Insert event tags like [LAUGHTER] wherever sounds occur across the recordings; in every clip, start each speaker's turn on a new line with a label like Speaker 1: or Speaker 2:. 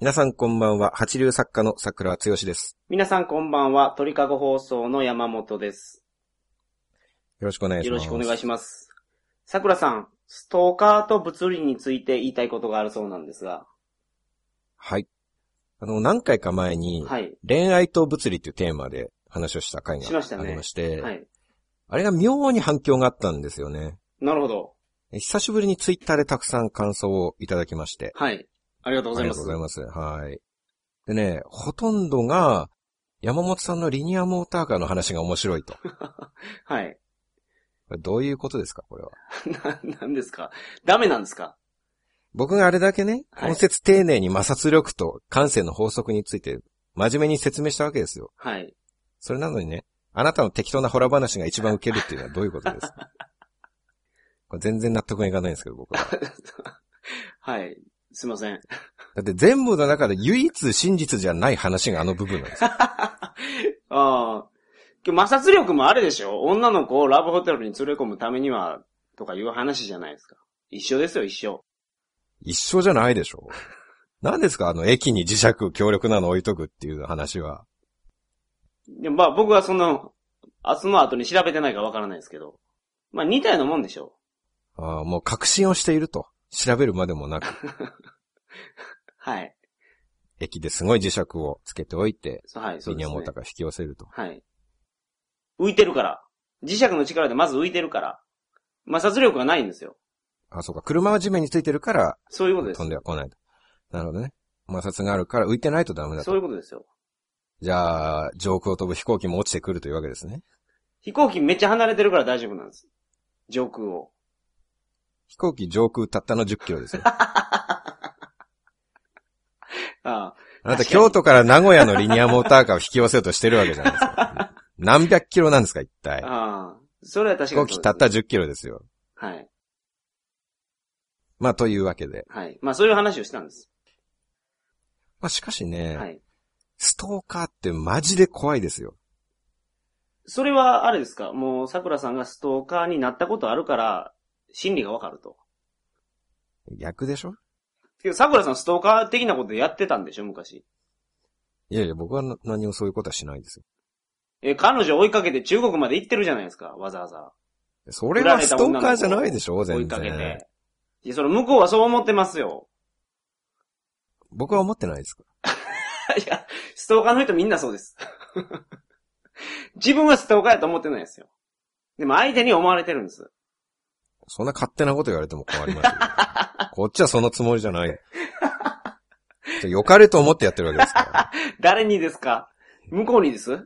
Speaker 1: 皆さんこんばんは、八流作家の桜剛です。
Speaker 2: 皆さんこんばんは、鳥かご放送の山本です。
Speaker 1: よろしくお願いし
Speaker 2: よ
Speaker 1: ま
Speaker 2: ろ
Speaker 1: す。
Speaker 2: しくお願いします。桜さん、ストーカーと物理について言いたいことがあるそうなんですが。
Speaker 1: はい。あの、何回か前に、
Speaker 2: はい。
Speaker 1: 恋愛と物理っていうテーマで話をした回が
Speaker 2: しましたね
Speaker 1: ありまして、
Speaker 2: はい。
Speaker 1: あれが妙に反響があったんですよね。
Speaker 2: なるほど。
Speaker 1: え久しぶりにツイッターでたくさん感想をいただきまして。
Speaker 2: はい。ありがとうご
Speaker 1: あ
Speaker 2: ざい
Speaker 1: りが
Speaker 2: ま
Speaker 1: と
Speaker 2: す。
Speaker 1: うございます。はい。でね、ほとんどが、山本さんのリニアモーターカーの話が面白いと。こ
Speaker 2: はい。
Speaker 1: れどういうことですかこれは。
Speaker 2: [LAUGHS] な、なんですかダメなんですか
Speaker 1: 僕があれだけね、
Speaker 2: はい
Speaker 1: 根節丁寧に摩擦力と感性の法則について真面目に説明したわけですよ。
Speaker 2: はい。
Speaker 1: それなのにね、あなたの適当なホラ話が一番受けるっていうのはどういうことです
Speaker 2: [LAUGHS]
Speaker 1: かこれ全然納得がいかないんですけど、僕は。
Speaker 2: はい。すいません。 [LAUGHS]
Speaker 1: だって全部の中で唯一真実じゃない話があの部分なん
Speaker 2: [LAUGHS]
Speaker 1: ですよ。
Speaker 2: ああ。今日摩擦力もあるでしょ女の子をラブホテルに連れ込むためには、とかいう話じゃないですか。一緒ですよ、一緒。
Speaker 1: 一緒じゃないでしょ。何ですかあの駅に磁石強力なの置いとくっていう話は。
Speaker 2: でもまあ僕はその、明日の後に調べてないからわからないですけど。まあ似たようなもんでしょ
Speaker 1: ああもう確信をしていると。調べるまでもなく、
Speaker 2: う。はい。
Speaker 1: 駅ですごい磁石をつけておいて、
Speaker 2: そうはい、そ
Speaker 1: リ
Speaker 2: う
Speaker 1: ニ
Speaker 2: で
Speaker 1: ア
Speaker 2: す、
Speaker 1: モー
Speaker 2: ね
Speaker 1: ター。が引き寄せると。
Speaker 2: はい。浮いてるから。磁石の力でまず浮いてるから。摩擦力がないんですよ。
Speaker 1: あ、そうか。車は地面についてるから、
Speaker 2: そういうことです
Speaker 1: 飛ん。では来ないと。なるほどね。摩擦があるから浮いてないとダメだと
Speaker 2: そう。いうことですよ。
Speaker 1: じゃあ、上空を飛ぶ飛行機も落ちてくるというわけですね。
Speaker 2: 飛行機めっちゃ離れてるから大丈夫なんです。上空を。
Speaker 1: 飛行機上空たったの10キロ
Speaker 2: [LAUGHS]
Speaker 1: ですよ。
Speaker 2: ああ。
Speaker 1: あなた
Speaker 2: 確かに
Speaker 1: 京都から名古屋のリニアモーターカーを引き寄せようとしてるわけじゃないですか。何百キロなんですか、一体。
Speaker 2: ああ。それは確
Speaker 1: 飛行
Speaker 2: かにそうです、
Speaker 1: 機たった10キロですよ。
Speaker 2: はい。
Speaker 1: まあ、というわけで。
Speaker 2: はい。まあそういう話をしたんです。
Speaker 1: まあ、しかしね、
Speaker 2: はい。
Speaker 1: ストーカーってマジで怖いですよ。
Speaker 2: それはあれですかもう桜さんがストーカーになったことあるから、心理がわかると。
Speaker 1: 逆でしょ
Speaker 2: けど、桜さんストーカー的なことやってたんでしょ昔。
Speaker 1: いやいや、僕はな何もそういうことはしないですよ。
Speaker 2: え、彼女追いかけて中国まで行ってるじゃないですか、わざわざ。
Speaker 1: それはストーカーじゃないでしょ、
Speaker 2: 追
Speaker 1: 全
Speaker 2: いかけ
Speaker 1: 然。
Speaker 2: て。いや、その向こうはそう思ってますよ。 [LAUGHS]
Speaker 1: 僕は思ってないですから。
Speaker 2: いや、ストーカーの人みんなそうです。 [LAUGHS] 自分はストーカーやと思ってないですよ。でも相手に思われてるんです。
Speaker 1: そんな勝手なこと言われても困りますよ。こっちはそのつもりじゃない。じゃあ良かれと思ってやってるわけですか
Speaker 2: 誰にですか向こうにです
Speaker 1: ら。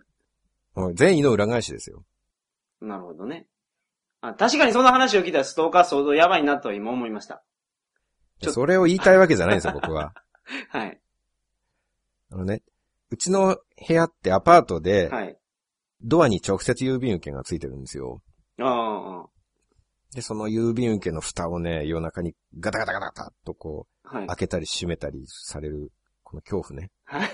Speaker 1: うん善意の裏返しですよ。
Speaker 2: なるほどね。あ確かにその話を聞いたらストーカー相当やばいなとは今思いました。ちょ
Speaker 1: それを言いたいわけじゃないんですよ、僕は。
Speaker 2: はい。
Speaker 1: あのね、うちの部屋ってアパートで、
Speaker 2: はい。
Speaker 1: ドアに直接郵便受けがついてるんですよ。
Speaker 2: ああ、
Speaker 1: で、その郵便受けの蓋をね、夜中にガタガタガタガタっとこ
Speaker 2: は
Speaker 1: う、
Speaker 2: い。
Speaker 1: 開けたり閉めたりされる、この恐怖ね。
Speaker 2: はい。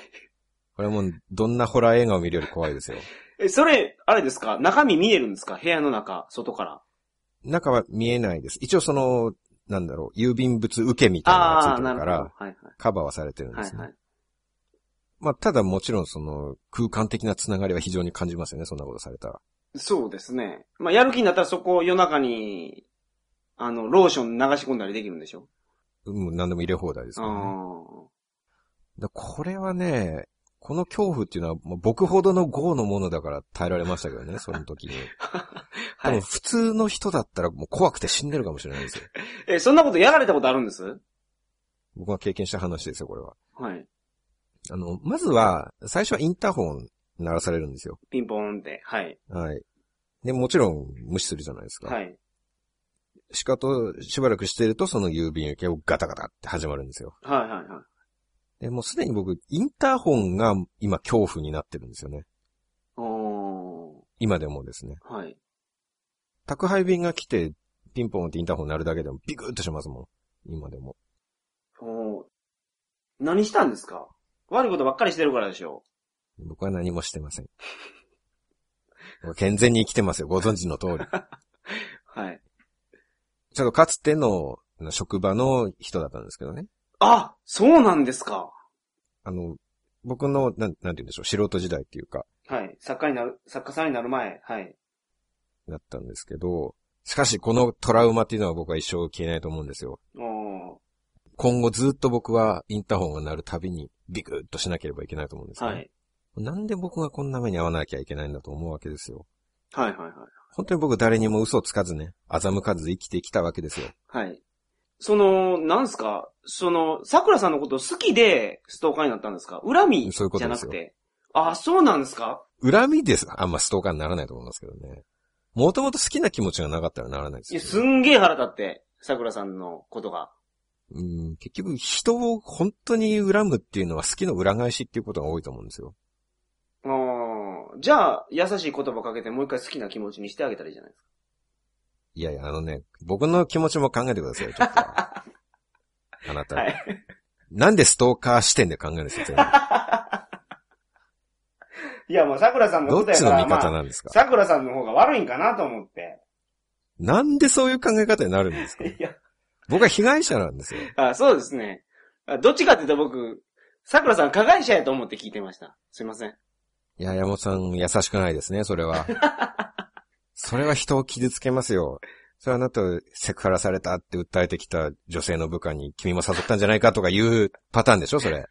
Speaker 1: これはもう、どんなホラー映画を見るより怖いですよ。
Speaker 2: え、それ、あれですか中身見えるんですか部屋の中、外から。
Speaker 1: 中は見えないです。一応その、なんだろう、郵便物受けみたいなのが
Speaker 2: あ
Speaker 1: つ
Speaker 2: あ、
Speaker 1: いて
Speaker 2: な
Speaker 1: る
Speaker 2: る
Speaker 1: から
Speaker 2: ほど。は、いはい。
Speaker 1: カバーはされてるんで
Speaker 2: はい
Speaker 1: すね。
Speaker 2: はい。
Speaker 1: まあ、ただもちろんその、空間的なつながりは非常に感じますよね、そんなことされたら。
Speaker 2: そうですね。まあ、やる気になったらそこを夜中に、あの、ローション流し込んだりできるんでしょ
Speaker 1: うん、何でも入れ放題です
Speaker 2: あ
Speaker 1: からね。
Speaker 2: あ
Speaker 1: だこれはね、この恐怖っていうのは、もう僕ほどの豪のものだから耐えられましたけど
Speaker 2: [LAUGHS]
Speaker 1: ね、その時に。
Speaker 2: ー。は
Speaker 1: でも
Speaker 2: い。
Speaker 1: 普通の人だったらもう怖くて死んでるかもしれないですよ。
Speaker 2: え、そんなことやられたことあるんです
Speaker 1: 僕が経験した話ですよ、これは。
Speaker 2: はい。
Speaker 1: あの、まずは、最初はインターホン鳴らされるんですよ。
Speaker 2: ピンポーンって。はい。
Speaker 1: はい。で、もちろん無視するじゃないですか。
Speaker 2: はい。
Speaker 1: しかと、しばらくしてると、その郵便受けをガタガタって始まるんですよ。
Speaker 2: はいはいはい。
Speaker 1: で、もうすでに僕、インターホンが今恐怖になってるんですよね。
Speaker 2: お
Speaker 1: 今でもですね。
Speaker 2: ー。はい。
Speaker 1: 宅配便が来て、ピンポンってインターホン鳴るだけでもビクッとしますもん。今でも。
Speaker 2: おー。何したんですか悪いことばっかりしてるからでしょ
Speaker 1: 僕は何もしてません。僕は健全に生きてますよ。ご存知の通り。
Speaker 2: はい。
Speaker 1: ちょっとかつてのあの職場の人だったんですけどね。
Speaker 2: あそうなんですか
Speaker 1: あの、僕の、なん、なんて言うんでしょう、素人時代っていうか、
Speaker 2: はい。作家になる、作家さんになる前。はい。
Speaker 1: だったんですけど、しかしこのトラウマっていうのは僕は一生消えないと思うんですよ。
Speaker 2: お
Speaker 1: 今後ずっと僕はインターホンが鳴るたびにビクッとしなければいけないと思うんです
Speaker 2: ー
Speaker 1: ね。
Speaker 2: はい。
Speaker 1: なんで僕がこんな目に遭わなきゃいけないんだと思うわけですよ。
Speaker 2: はいはいはい。
Speaker 1: 本当に僕誰にも嘘をつかずね、欺かず生きてきたわけですよ。
Speaker 2: はい。その、なんすかその、桜さんのこと好きでストーカーになったんですか恨み
Speaker 1: そういうこ
Speaker 2: じ
Speaker 1: と
Speaker 2: ゃ
Speaker 1: で
Speaker 2: な
Speaker 1: す
Speaker 2: く
Speaker 1: よ
Speaker 2: て。あ、そうなんですか
Speaker 1: 恨みです。あんまストーカーにならないと思いますけどね。もともと好きな気持ちがなかったらならない
Speaker 2: いや、
Speaker 1: です
Speaker 2: す
Speaker 1: よ、ね。
Speaker 2: んげえ腹立って、桜さんのことが。
Speaker 1: うん結局人を本当に恨むっていうのは好きの裏返しっていうことが多いと思うんですよ。
Speaker 2: あーじゃあ、優しい言葉かけてもう一回好きな気持ちにしてあげたらいいじゃないですか。
Speaker 1: いやいや、あのね、僕の気持ちも考えてくださいよ、ちょっ
Speaker 2: [LAUGHS]
Speaker 1: と。あなた。
Speaker 2: はい。
Speaker 1: なんでストーカー視点で考えるんですよ、全部
Speaker 2: い [LAUGHS] や、もう桜さんの
Speaker 1: ど
Speaker 2: こ
Speaker 1: っ
Speaker 2: とや
Speaker 1: ち
Speaker 2: か
Speaker 1: の
Speaker 2: ら、
Speaker 1: 味方
Speaker 2: まあ、
Speaker 1: なんですか
Speaker 2: 桜さんの方が悪いんかなと思って。
Speaker 1: なんでそういう考え方になるんです
Speaker 2: [LAUGHS]
Speaker 1: か
Speaker 2: いや、
Speaker 1: 僕は被害者なんですよ。
Speaker 2: あそうですね。あどっちかって言うと僕、桜さん加害者やと思って聞いてました。すいません。
Speaker 1: いや、山本さん、優しくないですね、それ
Speaker 2: [LAUGHS]
Speaker 1: は。それは人を傷つけますよ。それはあなた、セクハラされたって訴えてきた女性の部下に君も誘ったんじゃないかとかいうパターンでしょ、それ。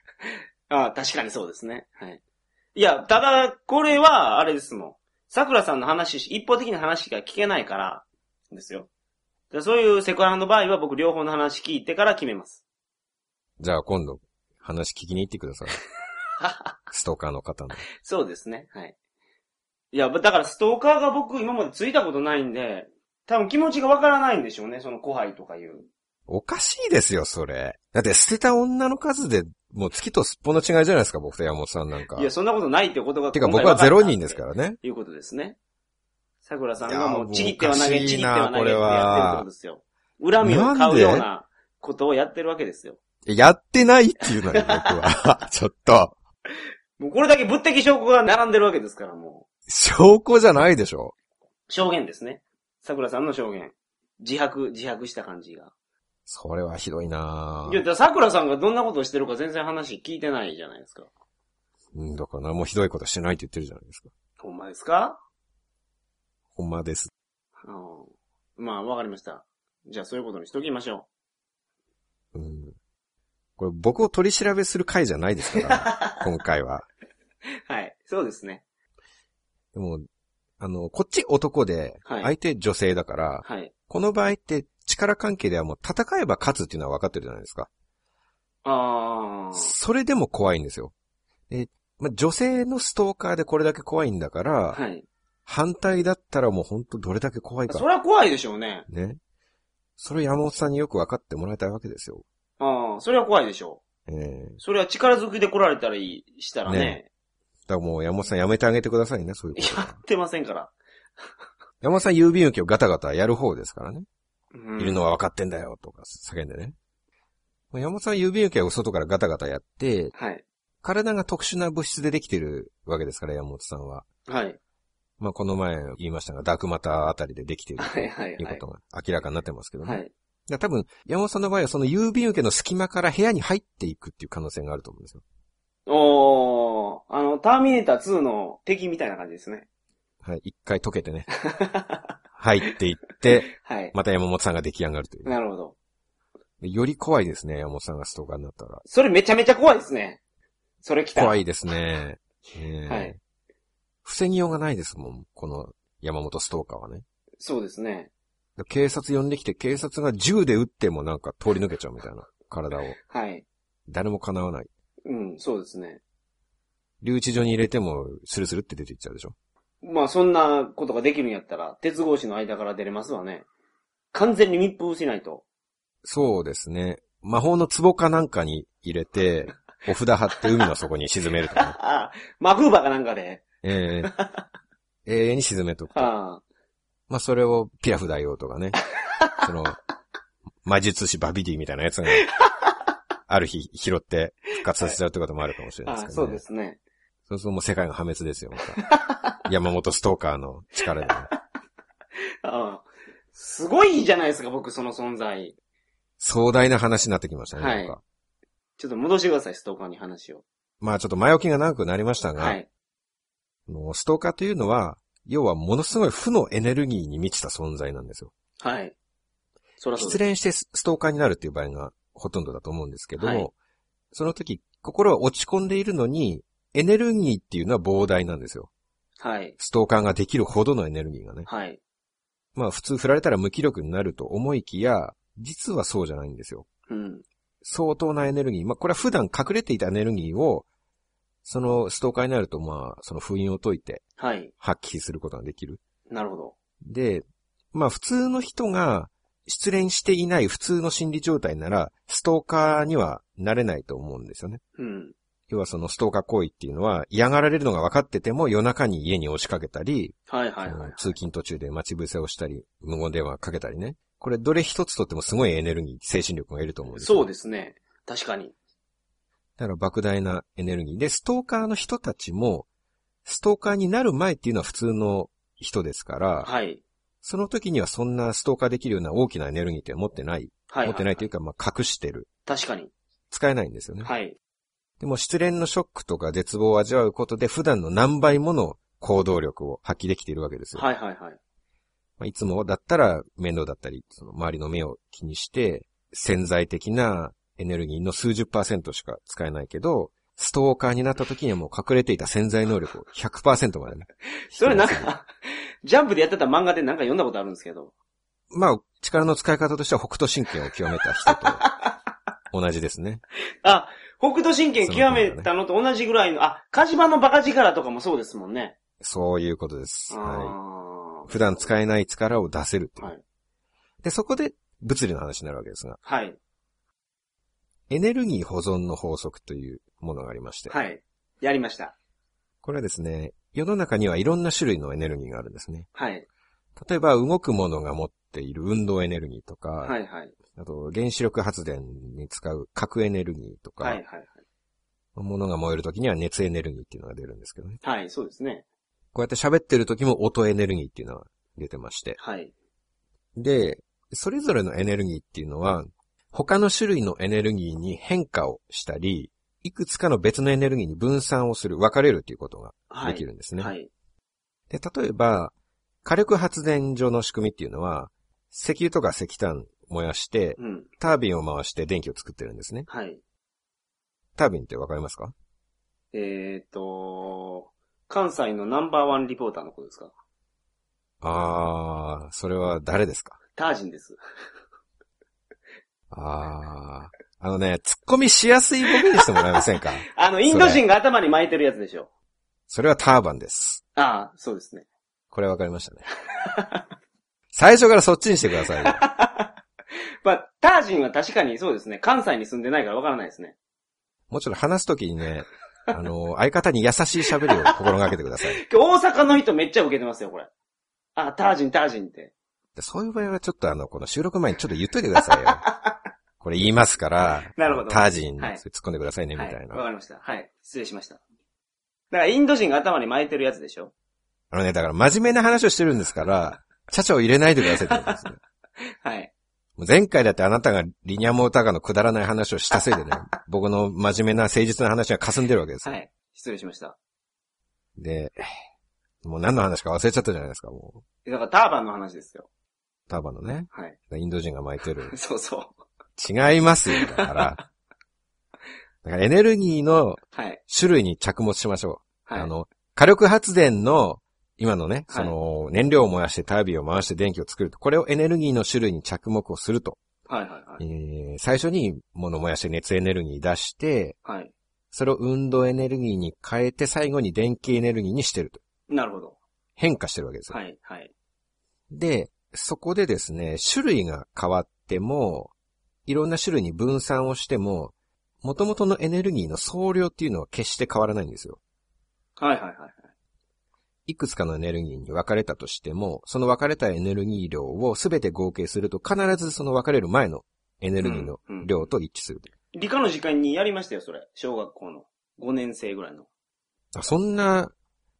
Speaker 2: ああ、確かにそうですね。はい。いや、ただ、これは、あれですもん。桜さんの話し、一方的な話が聞けないから、ですよ。でそういうセクハラの場合は僕両方の話聞いてから決めます。
Speaker 1: じゃあ今度、話聞きに行ってく
Speaker 2: [LAUGHS]
Speaker 1: ださい。ストーカーの方の。
Speaker 2: そうですね。はい。いや、だからストーカーが僕今までついたことないんで、多分気持ちがわからないんでしょうね、その後輩とかいう。
Speaker 1: おかしいですよ、それ。だって捨てた女の数で、もう月とすっぽんの違いじゃないですか、僕と山本さんなんか。
Speaker 2: いや、そんなことないってことが。
Speaker 1: てか僕はゼロ人ですからね。
Speaker 2: ということですね。桜さん
Speaker 1: いや
Speaker 2: が
Speaker 1: ー
Speaker 2: もうちぎっては投
Speaker 1: もうおかしい
Speaker 2: げ、
Speaker 1: な
Speaker 2: ちぎっては
Speaker 1: こ
Speaker 2: 投げって
Speaker 1: れ
Speaker 2: や
Speaker 1: は
Speaker 2: ってるってことですよ。恨みを買うようなことをやってるわけですよ。
Speaker 1: やってないって
Speaker 2: [LAUGHS]
Speaker 1: いうのに僕は。 [LAUGHS] ちょっと、
Speaker 2: もうこれだけ物的証拠が並んでるわけですから、も
Speaker 1: 証拠じゃないでしょ。
Speaker 2: う。証言ですね。桜さんの証言。自白、自白した感じが。
Speaker 1: それはひどいない
Speaker 2: や、
Speaker 1: ぁ
Speaker 2: だから桜さんがどんなことをしてるか全然話聞いてないじゃないですか。
Speaker 1: うん、だから何もひどいことしてないって言ってるじゃないですか。
Speaker 2: ほんまですか
Speaker 1: ほんまです。
Speaker 2: うん。まあ、わかりました。じゃあ、そういうことにしときましょ
Speaker 1: うん。これ僕を取り調べする回じゃないです
Speaker 2: [LAUGHS]
Speaker 1: から、今回は。
Speaker 2: う。はい。そうですね。
Speaker 1: でも、あの、こっち男で、
Speaker 2: はい
Speaker 1: 相手女性だから、
Speaker 2: はい。
Speaker 1: この場合って力関係ではもう戦えば勝つっていうのは分かってるじゃないですか。
Speaker 2: あー。
Speaker 1: それでも怖いんですよ。で、まあ、女性のストーカーでこれだけ怖いんだから、
Speaker 2: はい。
Speaker 1: 反対だったらもうほんとどれだけ怖いか
Speaker 2: そ。れは怖いでしょうね。
Speaker 1: ね。それ山本さんによく分かってもらいたいわけですよ。
Speaker 2: ああ、それは怖いでしょ
Speaker 1: ええ
Speaker 2: う。それは力づくで来られたりしたらね、
Speaker 1: ねだからもう山本さんやめてあげてくださいね、そういうこと
Speaker 2: [LAUGHS] や
Speaker 1: は。
Speaker 2: ってませんから。
Speaker 1: 山本さん郵便受けをガタガタやる方ですからね。
Speaker 2: うん
Speaker 1: いるのは分かってんだよ、とか叫んでね。もう山本さん郵便受けを外からガタガタやって、
Speaker 2: はい。
Speaker 1: 体が特殊な物質でできてるわけですから、山本さんは。
Speaker 2: はい。
Speaker 1: まあこの前言いましたが、ダークマターあたりでできている
Speaker 2: はいはい
Speaker 1: という
Speaker 2: は
Speaker 1: こ
Speaker 2: い。
Speaker 1: とが明らかになってますけどね。
Speaker 2: はい。
Speaker 1: だから多分、山本さんの場合はその郵便受けの隙間から部屋に入っていくっていう可能性があると思うんですよ。
Speaker 2: おー、あの、ターミネーター2の敵みたいな感じですね。 [LAUGHS]
Speaker 1: はい。一回溶けてね。 [LAUGHS] 入ってい
Speaker 2: [LAUGHS]
Speaker 1: って、
Speaker 2: はい。
Speaker 1: また山本さんが出来上がるという。
Speaker 2: なるほど。
Speaker 1: より怖いですね、山本さんがストーカーになったら。
Speaker 2: それめちゃめちゃ怖いですね。それ来たら。
Speaker 1: 怖いですね。ねえ
Speaker 2: はい
Speaker 1: 防ぎようがないですもん、この山本ストーカーはね。
Speaker 2: そうですね。
Speaker 1: 警察呼んできて、警察が銃で撃ってもなんか通り抜けちゃうみたいな、体を。
Speaker 2: はい。
Speaker 1: 誰も叶わない。
Speaker 2: うん、そうですね。
Speaker 1: 留置所に入れても、スルスルって出ていっちゃうでしょ。
Speaker 2: まあ、そんなことができるんやったら、鉄格子の間から出れますわね。完全に密封しないと。 [LAUGHS]
Speaker 1: そうですね。魔法の壺かなんかに入れ
Speaker 2: [LAUGHS]
Speaker 1: て、お札貼って海の底に沈めるとかね。
Speaker 2: ああ、マフーバーかなんかで。
Speaker 1: ええ永遠に沈めとくと。
Speaker 2: あ
Speaker 1: まあ、それをピラフ大王とか
Speaker 2: [LAUGHS]
Speaker 1: ね。その、魔術師バビディみたいなやつが、
Speaker 2: [LAUGHS]
Speaker 1: ある日拾って復活させちゃうってこともあるかもしれ
Speaker 2: あ、
Speaker 1: ない
Speaker 2: あ
Speaker 1: です
Speaker 2: あ、
Speaker 1: け
Speaker 2: そ
Speaker 1: ど
Speaker 2: う
Speaker 1: ね。
Speaker 2: ですね。
Speaker 1: そうするともう世界が破滅ですよ、
Speaker 2: [LAUGHS]
Speaker 1: また山本ストーカーの力でね、
Speaker 2: ああすごいじゃないですか、僕、その存在。
Speaker 1: 壮大な話になってきましたね、
Speaker 2: はい
Speaker 1: なんか。
Speaker 2: ちょっと戻してください、ストーカーに話を。
Speaker 1: まあちょっと前置きが長くなりましたが、
Speaker 2: はい。
Speaker 1: あのストーカーというのは、要はものすごい負のエネルギーに満ちた存在なんですよ。
Speaker 2: はい。そらそう
Speaker 1: 失
Speaker 2: です。
Speaker 1: 恋してスストーカーになるっていう場合がほとんどだと思うんですけど、
Speaker 2: はい
Speaker 1: その時、心は落ち込んでいるのに、エネルギーっていうのは膨大なんですよ。
Speaker 2: はい。
Speaker 1: ストーカーができるほどのエネルギーがね。
Speaker 2: はい。
Speaker 1: まあ普通振られたら無気力になると思いきや、実はそうじゃないんですよ。
Speaker 2: うん。
Speaker 1: 相当なエネルギー。まあこれは普段隠れていたエネルギーを、そのストーカーになるとまあその封印を解いて
Speaker 2: はい。
Speaker 1: 発揮することができる。
Speaker 2: なるほど。
Speaker 1: で、まあ普通の人が失恋していない普通の心理状態なら、ストーカーにはなれないと思うんですよね。
Speaker 2: うん。
Speaker 1: 要はそのストーカー行為っていうのは嫌がられるのが分かってても夜中に家に押しかけたり、
Speaker 2: はいはいはい
Speaker 1: その。通勤途中で待ち伏せをしたり、無言電話かけたりね。これどれ一つとってもすごいエネルギー、精神力がいると思うんですよ
Speaker 2: そうですね。確かに。
Speaker 1: だから莫大なエネルギー。で、ストーカーの人たちも、ストーカーになる前っていうのは普通の人ですから、
Speaker 2: はい。
Speaker 1: その時にはそんなストーカーできるような大きなエネルギーって持ってない。
Speaker 2: はい。。
Speaker 1: 持ってないといううか、まあ、隠してる。
Speaker 2: 確かに。
Speaker 1: 使えないんですよね。
Speaker 2: はい。
Speaker 1: でも失恋のショックとか絶望を味わうことで普段の何倍もの行動力を発揮できているわけですよ。
Speaker 2: はいはいはい。
Speaker 1: まあ、いつもだったら面倒だったり、その周りの目を気にして、潜在的なエネルギーの数十パーセントしか使えないけど、ストーカーになった時にはもう隠れていた潜在能力を100%までね。
Speaker 2: [LAUGHS] それなんか、 [LAUGHS] ジャンプでやってた漫画でなんか読んだことあるんですけど。
Speaker 1: まあ、力の使い方としては北斗神拳を極めた人と同じですね。
Speaker 2: あ、北斗神拳極めたのと同じぐらいの、あ、火事場のバカ力とかもそうですもんね。
Speaker 1: そういうことです。は
Speaker 2: あ
Speaker 1: い、
Speaker 2: ー
Speaker 1: 普段使えない力を出せるっていう。
Speaker 2: はい
Speaker 1: で、そこで物理の話になるわけですが、
Speaker 2: はい。
Speaker 1: エネルギー保存の法則というものがありまして、
Speaker 2: はい。やりました。
Speaker 1: これはですね、世の中にはいろんな種類のエネルギーがあるんですね。
Speaker 2: はい。
Speaker 1: 例えば動くものが持っている運動エネルギーとか、
Speaker 2: はいはい。
Speaker 1: あと原子力発電に使う核エネルギーとか、
Speaker 2: はいはいはい。
Speaker 1: ものが燃えるときには熱エネルギーっていうのが出るんですけどね。
Speaker 2: はい、そうですね。
Speaker 1: こうやって喋ってるときも音エネルギーっていうのは出てまして。
Speaker 2: はい。
Speaker 1: で、それぞれのエネルギーっていうのは、他の種類のエネルギーに変化をしたり、いくつかの別のエネルギーに分散をする、分かれるっていうことが
Speaker 2: はい。
Speaker 1: できるんですね。
Speaker 2: はい。
Speaker 1: で、例えば、火力発電所の仕組みっていうのは、石油とか石炭燃やして、
Speaker 2: うん。
Speaker 1: タービンを回して電気を作ってるんですね。
Speaker 2: はい。
Speaker 1: タービンってわかりますか
Speaker 2: えっ、ー、と、関西のナンバーワンリポーターのことですか
Speaker 1: あー、それは誰ですか
Speaker 2: タージンです。
Speaker 1: あー。あのね、突っ込みしやすいボケにしてもらえませんか
Speaker 2: あの、インド人が頭に巻いてるやつでしょ。
Speaker 1: それはターバンです。
Speaker 2: ああ、そうですね。
Speaker 1: これわかりましたね。最初からそっちにしてくださいよ。
Speaker 2: まあ、タージンは確かにそうですね。関西に住んでないからわからないですね。
Speaker 1: もうちょっと話すときにね、あの、相方に優しい喋りを心がけてください。
Speaker 2: 今日大阪の人めっちゃ受けてますよ、これ。あ、タージン、タージンって。
Speaker 1: でそういう場合はちょっとあの、この収録前にちょっと言っといてくださいよ。これ言いますから、
Speaker 2: なるほど
Speaker 1: タージン、
Speaker 2: はい
Speaker 1: それ突っ込んでくださいね、み
Speaker 2: は
Speaker 1: た
Speaker 2: い。
Speaker 1: いな、
Speaker 2: わかりました。はい。失礼しました。だから、インド人が頭に巻いてるやつでしょ
Speaker 1: あのね、だから真面目な話をしてるんですから、茶々を入れないでくださいってことですね。
Speaker 2: はい。
Speaker 1: もう前回だってあなたがリニアモーターガのくだらない話をしたせい
Speaker 2: [LAUGHS]
Speaker 1: でね、僕の真面目な誠実な話が霞んでるわけですよ。
Speaker 2: はい。失礼しました。
Speaker 1: で、もう何の話か忘れちゃったじゃないですか、もう。
Speaker 2: だから、ターバンの話ですよ。
Speaker 1: ターバンのね、
Speaker 2: はい。 [LAUGHS]
Speaker 1: インド人が巻いてる。
Speaker 2: そうそう。
Speaker 1: 違いますよ、だから。だからエネルギーの
Speaker 2: はい。
Speaker 1: 種類に着目しましょう。
Speaker 2: はい。
Speaker 1: あの、火力発電の、今のね、その、燃料を燃やしてタービンを回して電気を作ると、これをエネルギーの種類に着目をすると。
Speaker 2: はいはいはい。
Speaker 1: えー最初に物を燃やして熱エネルギー出して、
Speaker 2: はい。
Speaker 1: それを運動エネルギーに変えて、最後に電気エネルギーにしてると。
Speaker 2: なるほど。
Speaker 1: 変化してるわけですよ。
Speaker 2: はいはい。
Speaker 1: で、そこでですね、種類が変わっても、いろんな種類に分散をしても、元々のエネルギーの総量っていうのは決して変わらないんですよ。
Speaker 2: はいはいはいはい。
Speaker 1: いくつかのエネルギーに分かれたとしても、その分かれたエネルギー量をすべて合計すると、必ずその分かれる前のエネルギーの量と一致する。
Speaker 2: 理科の時間にやりましたよ、それ。小学校の。5年生ぐらいの。
Speaker 1: あそんな、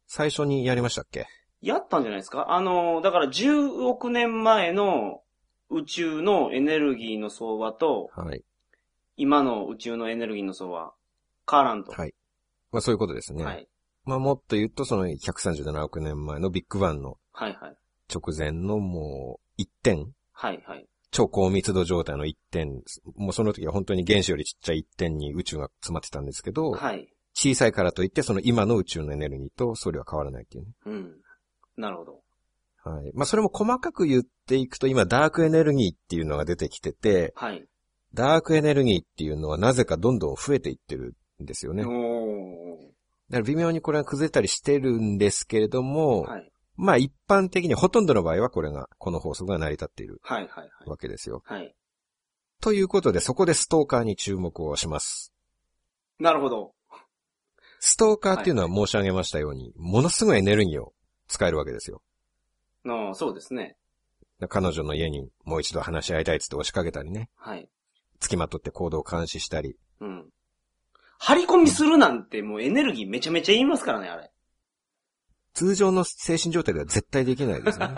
Speaker 1: 最初にやりましたっけ
Speaker 2: やったんじゃないですかあの、だから10億年前の宇宙のエネルギーの相和と、
Speaker 1: はい。
Speaker 2: 今の宇宙のエネルギーの相和、変わらんと。
Speaker 1: はい。まあそういうことですね。
Speaker 2: はい。
Speaker 1: まあもっと言うとその137億年前のビッグバンの
Speaker 2: はいはい。
Speaker 1: 直前のもう一点、
Speaker 2: はいはい。
Speaker 1: 超高密度状態の一点、もうその時は本当に原子よりちっちゃい一点に宇宙が詰まってたんですけど、
Speaker 2: はい。
Speaker 1: 小さいからといってその今の宇宙のエネルギーとそれは変わらないっていうね。
Speaker 2: うん。なるほど。
Speaker 1: はい。まあそれも細かく言っていくと今ダークエネルギーっていうのが出てきてて、
Speaker 2: はい。
Speaker 1: ダークエネルギーっていうのはなぜかどんどん増えていってるんですよね。
Speaker 2: お
Speaker 1: だから微妙にこれが崩れたりしてるんですけれども、
Speaker 2: ー。はい。
Speaker 1: まあ一般的にほとんどの場合はこれが、この法則が成り立っている
Speaker 2: はいはい
Speaker 1: わけですよ。
Speaker 2: はい。はい。
Speaker 1: ということでそこでストーカーに注目をします。
Speaker 2: なるほど。
Speaker 1: ストーカーっていうのは申し上げましたように、ものすごいエネルギーを使えるわけですよ。
Speaker 2: ああ、そうですね。
Speaker 1: 彼女の家にもう一度話し合いたいっつって押しかけたりね、
Speaker 2: はい。
Speaker 1: 付きまとって行動を監視したり、
Speaker 2: うん。張り込みするなんてもうエネルギーめちゃめちゃ言いますからね、あれ。
Speaker 1: 通常の精神状態では絶対できないです
Speaker 2: [LAUGHS]
Speaker 1: ね。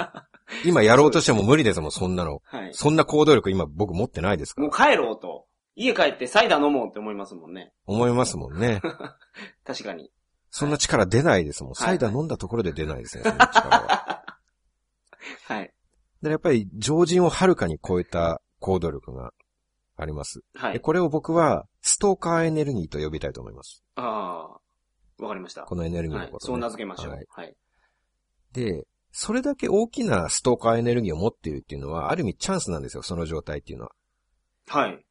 Speaker 1: 今やろうとしても無理ですもん、そんなの。
Speaker 2: はい。
Speaker 1: そんな行動力今僕持ってないですか
Speaker 2: もう
Speaker 1: ら。
Speaker 2: 帰ろうと。家帰ってサイダー飲もうって思いますもんね。 [LAUGHS]
Speaker 1: 思いますもんね。
Speaker 2: 確かに。
Speaker 1: そんな力出ないですもん。
Speaker 2: はい
Speaker 1: サイダー飲んだところで出ないですね、その力は。
Speaker 2: はい。
Speaker 1: で、やっぱり常人をはるかに超えた行動力があります。
Speaker 2: は
Speaker 1: で
Speaker 2: い。
Speaker 1: これを僕はストーカーエネルギーと呼びたいと思います。
Speaker 2: ああ、わかりました。
Speaker 1: このエネルギー
Speaker 2: は
Speaker 1: の
Speaker 2: い。
Speaker 1: こと、ね
Speaker 2: そう名付けましょう。は
Speaker 1: はいい。で、それだけ大きなストーカーエネルギーを持っているっていうのは、ある意味チャンスなんですよ、その状態っていうのは。
Speaker 2: はい。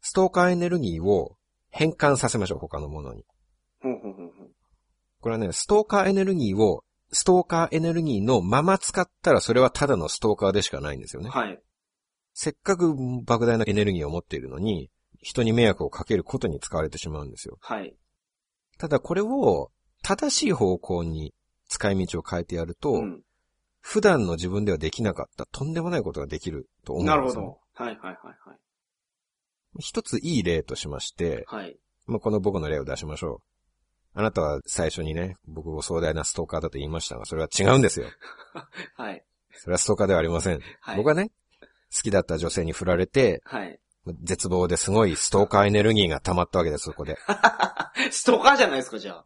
Speaker 1: ストーカーエネルギーを変換させましょう、他のものに。
Speaker 2: ほうほうほうほう。
Speaker 1: これはね、ストーカーエネルギーを、ストーカーエネルギーのまま使ったら、それはただのストーカーでしかないんですよね。
Speaker 2: はい。
Speaker 1: せっかく莫大なエネルギーを持っているのに、人に迷惑をかけることに使われてしまうんですよ。
Speaker 2: はい。
Speaker 1: ただこれを正しい方向に使い道を変えてやると、
Speaker 2: うん。
Speaker 1: 普段の自分ではできなかったとんでもないことができると思うんです
Speaker 2: な
Speaker 1: よ
Speaker 2: るほど。はいはいはい
Speaker 1: 一ついい例としまして、
Speaker 2: はい。はい。
Speaker 1: まあ、この僕の例を出しましょう。あなたは最初にね、僕を壮大なストーカーだと言いましたが、それは違うんですよ。
Speaker 2: はい。
Speaker 1: それはストーカーではありません。
Speaker 2: はい。
Speaker 1: 僕はね、好きだった女性に振られて、
Speaker 2: はい。 [LAUGHS]
Speaker 1: 絶望ですごいストーカーエネルギーが溜まったわけです、そこで。
Speaker 2: ストーカーじゃないですか、じゃ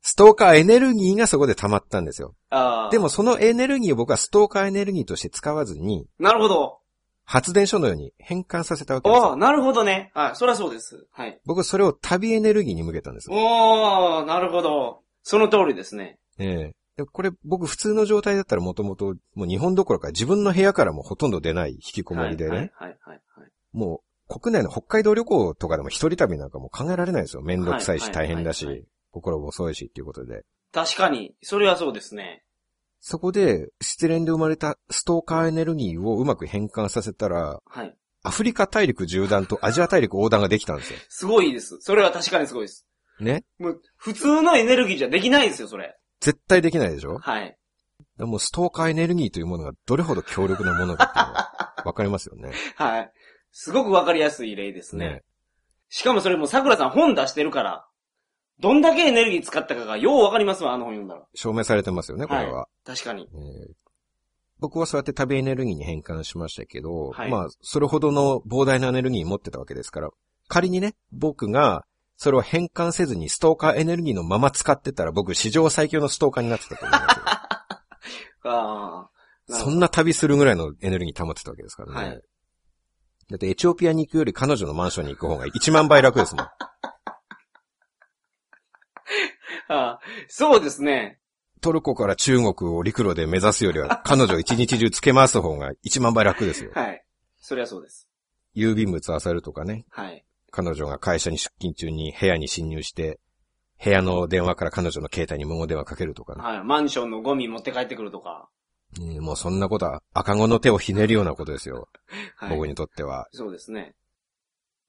Speaker 1: ストーカーエネルギーがそこで溜まったんですよ。
Speaker 2: あ。ああ。
Speaker 1: でも、そのエネルギーを僕はストーカーエネルギーとして使わずに、
Speaker 2: なるほど。
Speaker 1: 発電所のように変換させたわけです
Speaker 2: ああ、
Speaker 1: よ。
Speaker 2: なるほどね。はい。そりゃそうです。はい。
Speaker 1: 僕それを旅エネルギーに向けたんです。
Speaker 2: おー、なるほど。その通りですね。
Speaker 1: ええでこれ僕普通の状態だったらもともともう日本どころか自分の部屋からもほとんど出ない引きこもりでね、
Speaker 2: はいはいはいはい。
Speaker 1: もう国内の北海道旅行とかでも一人旅なんかもう考えられないですよ。めんどくさい
Speaker 2: は
Speaker 1: し
Speaker 2: いは
Speaker 1: 大
Speaker 2: い
Speaker 1: 変だし、
Speaker 2: はいはい
Speaker 1: 心細いしっていうことで。
Speaker 2: 確かに、それはそうですね。
Speaker 1: そこで失恋で生まれたストーカーエネルギーをうまく変換させたら、
Speaker 2: はい。
Speaker 1: アフリカ大陸縦断とアジア大陸横断ができたんです
Speaker 2: [LAUGHS]
Speaker 1: よ。
Speaker 2: すごいです。それは確かにすごいです。
Speaker 1: ね
Speaker 2: もう、普通のエネルギーじゃできないですよ、それ。
Speaker 1: 絶対できないでしょ
Speaker 2: はい。
Speaker 1: でもストーカーエネルギーというものがどれほど強力なものかっていうのはわかりますよね。
Speaker 2: はい。すごくわかりやすい例です [LAUGHS] ね。
Speaker 1: ね。
Speaker 2: しかもそれも桜さん本出してるから、どんだけエネルギー使ったかがようわかりますわ、あの本読んだら。
Speaker 1: 証明されてますよね、これは。
Speaker 2: 確かに。
Speaker 1: えー僕はそうやって旅エネルギーに変換しましたけど、
Speaker 2: はい
Speaker 1: まあ、それほどの膨大なエネルギー持ってたわけですから、仮にね、僕が、それを変換せずにストーカーエネルギーのまま使ってたら僕史上最強のストーカーになってたと思
Speaker 2: [LAUGHS]
Speaker 1: いますよ
Speaker 2: ああ。
Speaker 1: そんな旅するぐらいのエネルギー溜まってたわけですからね。
Speaker 2: はい
Speaker 1: だってエチオピアに行くより彼女のマンションに行く方が1万倍楽です
Speaker 2: [LAUGHS]
Speaker 1: もん。
Speaker 2: ああそうですね。
Speaker 1: トルコから中国を陸路で目指すよりは、彼女を一日中つけ回す方が一万倍楽ですよ。
Speaker 2: はい。そりゃそうです。
Speaker 1: 郵便物漁るとかね、
Speaker 2: はい。
Speaker 1: 彼女が会社に出勤中に部屋に侵入して、部屋の電話から彼女の携帯に無言電話かけるとかね。
Speaker 2: はい。マンションのゴミ持って帰ってくるとか。
Speaker 1: ねもうそんなことは赤子の手をひねるようなことですよ。
Speaker 2: はい。
Speaker 1: 僕にとっては。
Speaker 2: そうですね。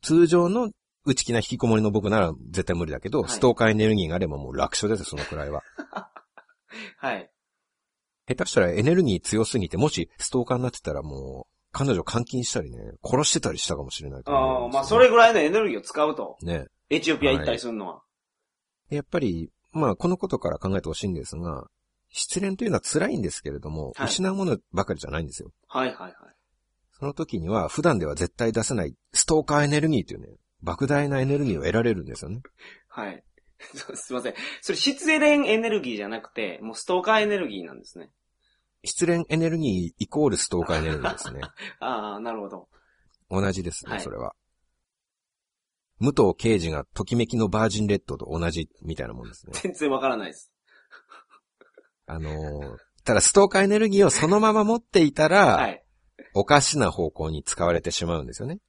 Speaker 1: 通常の内気な引きこもりの僕なら絶対無理だけど、
Speaker 2: はい
Speaker 1: ストーカーエネルギーがあればもう楽勝ですよ、そのくらいは。
Speaker 2: はい。
Speaker 1: 下手したらエネルギー強すぎて、もしストーカーになってたらもう、彼女監禁したりね、殺してたりしたかもしれないと
Speaker 2: あ
Speaker 1: 思
Speaker 2: あ、
Speaker 1: うんですよね
Speaker 2: まあそれぐらいのエネルギーを使うと。
Speaker 1: ね。
Speaker 2: エチオピア行ったりするのは。
Speaker 1: やっぱり、まあ、このことから考えてほしいんですが、失恋というのは辛いんですけれども、
Speaker 2: はい
Speaker 1: 失うものばかりじゃないんですよ。
Speaker 2: はいはいはい。
Speaker 1: その時には、普段では絶対出せない、ストーカーエネルギーというね、莫大なエネルギーを得られるんですよね。
Speaker 2: はい。 [LAUGHS] そうすいません。それ失恋エネルギーじゃなくて、もうストーカーエネルギーなんですね。
Speaker 1: 失恋エネルギーイコールストーカーエネルギーです
Speaker 2: [LAUGHS]
Speaker 1: ね。
Speaker 2: ああ、なるほど。
Speaker 1: 同じですね、
Speaker 2: はい
Speaker 1: それは。武藤刑事がときめきのバージンレッドと同じみたいなもん
Speaker 2: [LAUGHS]
Speaker 1: ですね。
Speaker 2: 全然わからないです。
Speaker 1: あのーただストーカーエネルギーをそのまま持っていたら、
Speaker 2: はい。
Speaker 1: おかしな方向に使われてしまうんですよね。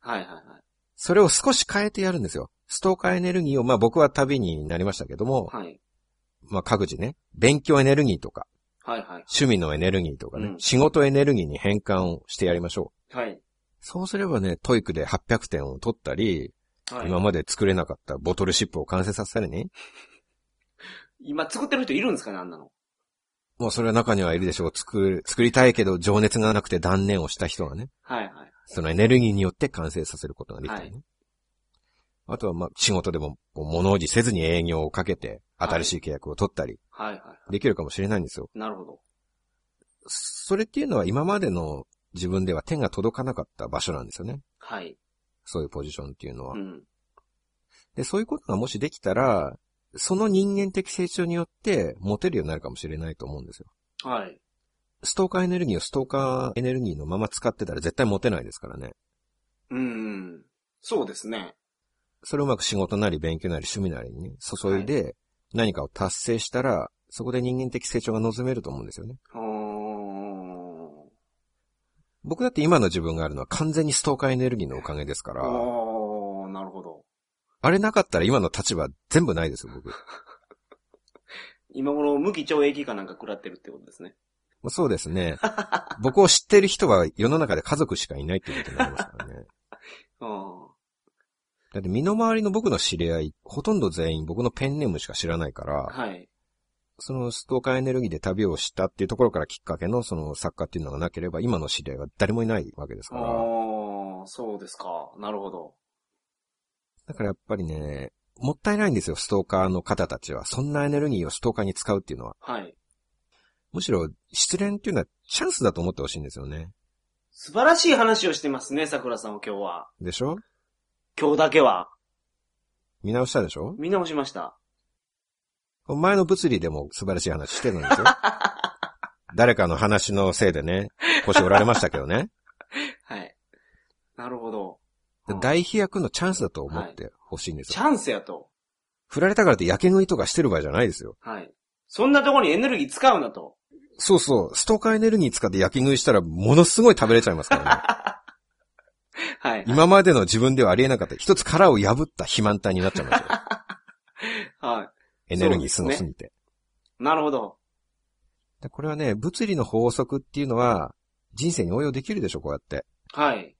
Speaker 2: はいはいはい。
Speaker 1: それを少し変えてやるんですよ。ストーカーエネルギーを、まあ僕は旅になりましたけども、
Speaker 2: はい。
Speaker 1: まあ各自ね、勉強エネルギーとか、
Speaker 2: はいはい。
Speaker 1: 趣味のエネルギーとかね、
Speaker 2: うん
Speaker 1: 仕事エネルギーに変換をしてやりましょう。
Speaker 2: はい。
Speaker 1: そうすればね、トイックで800点を取ったり、
Speaker 2: はい、
Speaker 1: 今まで作れなかったボトルシップを完成させたりね、
Speaker 2: 今作ってる人いるんですかね、あんなの。も
Speaker 1: もうそれは中にはいるでしょう。作る、作りたいけど情熱がなくて断念をした人がね、
Speaker 2: はいはい。
Speaker 1: そのエネルギーによって完成させることができたりね。
Speaker 2: は
Speaker 1: あとはまあ仕事でもこう物おじせずに営業をかけて、新しい契約を取ったり、
Speaker 2: はいはいは
Speaker 1: できるかもしれないんですよ。
Speaker 2: い。なるほど。
Speaker 1: それっていうのは今までの自分では手が届かなかった場所なんですよね。
Speaker 2: はい。
Speaker 1: そういうポジションっていうのは。
Speaker 2: うん。
Speaker 1: で、そういうことがもしできたら、その人間的成長によって持てるようになるかもしれないと思うんですよ。
Speaker 2: はい。
Speaker 1: ストーカーエネルギーをストーカーエネルギーのまま使ってたら絶対持てないですからね。
Speaker 2: うん。そうですね。
Speaker 1: それをうまく仕事なり勉強なり趣味なりにね、注いで何かを達成したら、そこで人間的成長が望めると思うんですよね。
Speaker 2: おー。
Speaker 1: 僕だって今の自分があるのは完全にストーカーエネルギーのおかげですから、
Speaker 2: おー、なるほど。
Speaker 1: あれなかったら今の立場全部ないですよ、
Speaker 2: [LAUGHS]
Speaker 1: 僕。
Speaker 2: 今頃、無期懲役かなんか食らってるってことですね。
Speaker 1: まあそうですね。僕を知ってる人は世の中で家族しかいないってことになります
Speaker 2: [LAUGHS]
Speaker 1: からね。
Speaker 2: うん。
Speaker 1: だって身の回りの僕の知り合い、ほとんど全員僕のペンネームしか知らないから、
Speaker 2: はい。
Speaker 1: そのストーカーエネルギーで旅をしたっていうところからきっかけのその作家っていうのがなければ今の知り合いは誰もいないわけですから。
Speaker 2: おー、そうですか。なるほど。
Speaker 1: だからやっぱりね、もったいないんですよ、ストーカーの方たちは。そんなエネルギーをストーカーに使うっていうのは。
Speaker 2: はい。
Speaker 1: むしろ失恋っていうのはチャンスだと思ってほしいんですよね。
Speaker 2: 素晴らしい話をしてますね、桜さんは今日は。
Speaker 1: でしょ
Speaker 2: 今日だけは。
Speaker 1: 見直したでしょ
Speaker 2: 見直しました。
Speaker 1: 前の物理でも素晴らしい話してるん [LAUGHS] ですよ。誰かの話のせいでね、腰折られましたけどね。
Speaker 2: はい。なるほど。
Speaker 1: 大飛躍のチャンスだと思ってほしいんです
Speaker 2: チ
Speaker 1: よ。
Speaker 2: ャンスやと。
Speaker 1: 振られたからってやけ食いとかしてる場合じゃないですよ。
Speaker 2: はい。そんなところにエネルギー使うなと。
Speaker 1: そうそう、ストーカーエネルギー使ってやけ食いしたらものすごい食べれちゃいますからね。
Speaker 2: はい。
Speaker 1: [LAUGHS] 今までの自分ではありえなかった。一つ殻を破った肥満体 [LAUGHS] になっちゃいますよ。
Speaker 2: は
Speaker 1: エネルギーすごすぎて。
Speaker 2: い。なるほど。
Speaker 1: でこれはね、物理の法則っていうのは人生に応用できるでしょ、こうやって。
Speaker 2: はい。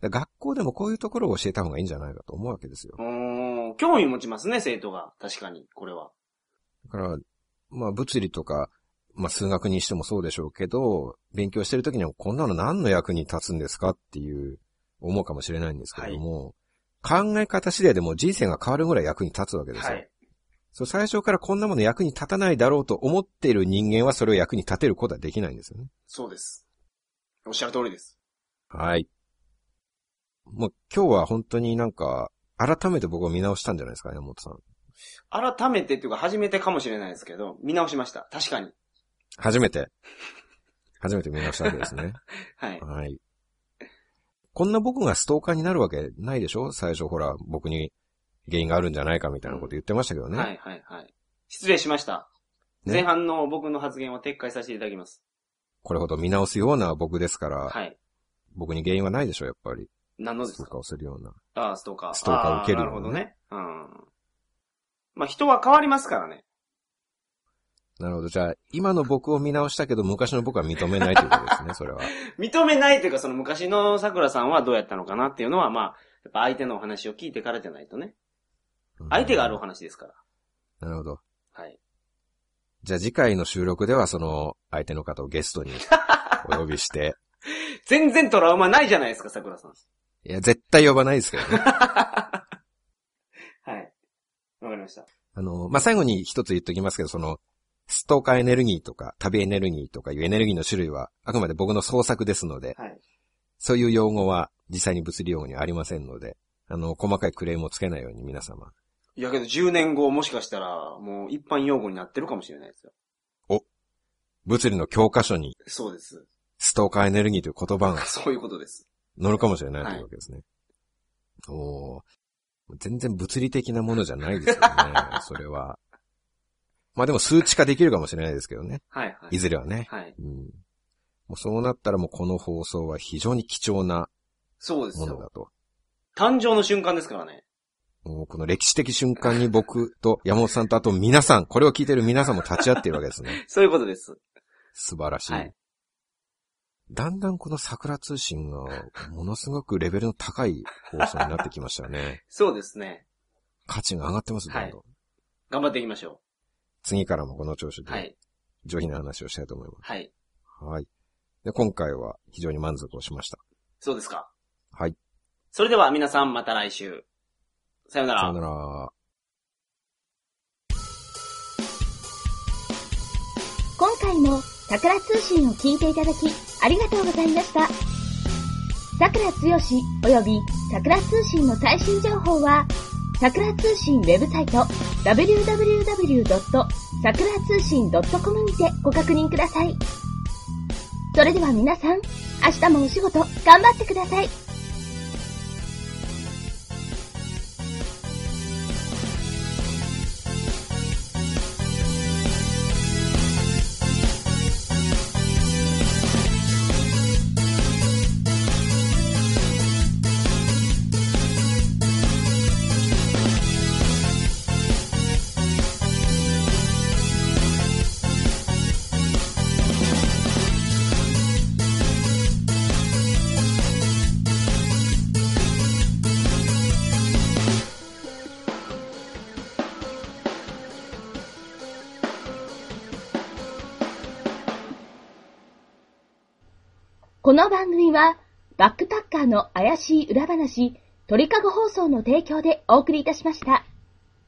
Speaker 1: で学校でもこういうところを教えた方がいいんじゃないかと思うわけですよ。
Speaker 2: うーん。興味持ちますね、生徒が。確かに、これは。
Speaker 1: だから、まあ物理とか、まあ数学にしてもそうでしょうけど、勉強してる時にはこんなの何の役に立つんですかっていう思うかもしれないんですけれども、考え方次第でもう人生が変わるぐらい役に立つわけですよ。
Speaker 2: はい。
Speaker 1: そう最初からこんなもの役に立たないだろうと思っている人間はそれを役に立てることはできないんですよね。
Speaker 2: そうです。おっしゃる通りです。
Speaker 1: はい。もう今日は本当になんか、改めて僕を見直したんじゃないですかね、山本さん。
Speaker 2: 改めてっていうか、初めてかもしれないですけど、見直しました。確かに。
Speaker 1: 初めて。初めて見直したわけですね。
Speaker 2: はい。
Speaker 1: はい。こんな僕がストーカーになるわけないでしょ最初ほら、僕に原因があるんじゃないかみたいなこと言ってましたけどね。
Speaker 2: はい、はい、はい。失礼しました。
Speaker 1: ね
Speaker 2: 前半の僕の発言を撤回させていただきます。
Speaker 1: これほど見直すような僕ですから、
Speaker 2: はい。
Speaker 1: 僕に原因はないでしょやっぱり。
Speaker 2: 何ので
Speaker 1: スト
Speaker 2: す
Speaker 1: ー
Speaker 2: か
Speaker 1: カーをするような。
Speaker 2: ああ、ストーカー。
Speaker 1: ストーカーを受ける
Speaker 2: あ
Speaker 1: よ
Speaker 2: な
Speaker 1: う
Speaker 2: るほ
Speaker 1: な
Speaker 2: ど
Speaker 1: ね
Speaker 2: ね。うん。まあ、人は変わりますからね。
Speaker 1: なるほど。じゃあ、今の僕を見直したけど、昔の僕は認めないということですね、それは。
Speaker 2: [LAUGHS] 認めないというか、その昔の桜さんはどうやったのかなっていうのは、まあ、やっぱ相手のお話を聞いてからじゃないとね。
Speaker 1: うん
Speaker 2: 相手があるお話ですから。
Speaker 1: なるほど。
Speaker 2: はい。
Speaker 1: じゃあ次回の収録では、その、相手の方をゲ
Speaker 2: [LAUGHS]
Speaker 1: ストにお呼びして、
Speaker 2: 全然トラウマないじゃないですか、桜さん。
Speaker 1: いや、絶対呼ばないですけどね。
Speaker 2: はい。わかりました。
Speaker 1: あの、まあ、最後に一つ言っときますけど、その、ストーカーエネルギーとか、旅エネルギーとかいうエネルギーの種類は、あくまで僕の創作ですので、
Speaker 2: はい。
Speaker 1: そういう用語は実際に物理用語にはありませんので、あの、細かいクレームをつけないように皆様、
Speaker 2: いやけど10年後もしかしたら、もう一般用語になってるかもしれないですよ。
Speaker 1: 物理の教科書に、
Speaker 2: そうです。
Speaker 1: ストーカーエネルギーという言葉が
Speaker 2: [LAUGHS] そういうことです。
Speaker 1: 乗るかもしれないというわけですね。おー全然物理的なものじゃないですよね。それは。まあでも数値化できるかもしれないですけどね。
Speaker 2: はいはいい。
Speaker 1: ずれはね。
Speaker 2: はい。
Speaker 1: うん、もうそうなったらもうこの放送は非常に貴重な
Speaker 2: そうです
Speaker 1: もの
Speaker 2: よ
Speaker 1: だ。と。
Speaker 2: 誕生の瞬間ですからね。
Speaker 1: もうこの歴史的瞬間に僕と山本さんとあと皆さん、これを聞いてる皆さんも立ち会っているわけです
Speaker 2: [LAUGHS]
Speaker 1: ね。
Speaker 2: そういうことです。
Speaker 1: 素晴らしい。
Speaker 2: はい
Speaker 1: だんだんこの桜通信がものすごくレベルの高い放送になってきましたよ
Speaker 2: [LAUGHS]
Speaker 1: ね。
Speaker 2: そうですね。
Speaker 1: 価値が上がってます、どんどん。
Speaker 2: はい頑張っていきましょ
Speaker 1: 次からもこの調子
Speaker 2: う。は
Speaker 1: で
Speaker 2: い。
Speaker 1: 上品な話をしたいと思いま
Speaker 2: は
Speaker 1: す。
Speaker 2: い。
Speaker 1: はい。で、今回は非常に満足をしました。
Speaker 2: そうですか。
Speaker 1: はい。
Speaker 2: それでは皆さんまた来週。さような
Speaker 1: さよ
Speaker 2: ら
Speaker 1: う。なら。
Speaker 3: 今回も桜通信を聞いていただきありがとうございました。桜つよし及び桜通信の最新情報は桜通信ウェブサイト www.sakura 通信 .com にてご確認ください。それでは皆さん、明日もお仕事頑張ってください。この番組は、バックパッカーの怪しい裏話、鳥かご放送の提供でお送りいたしました。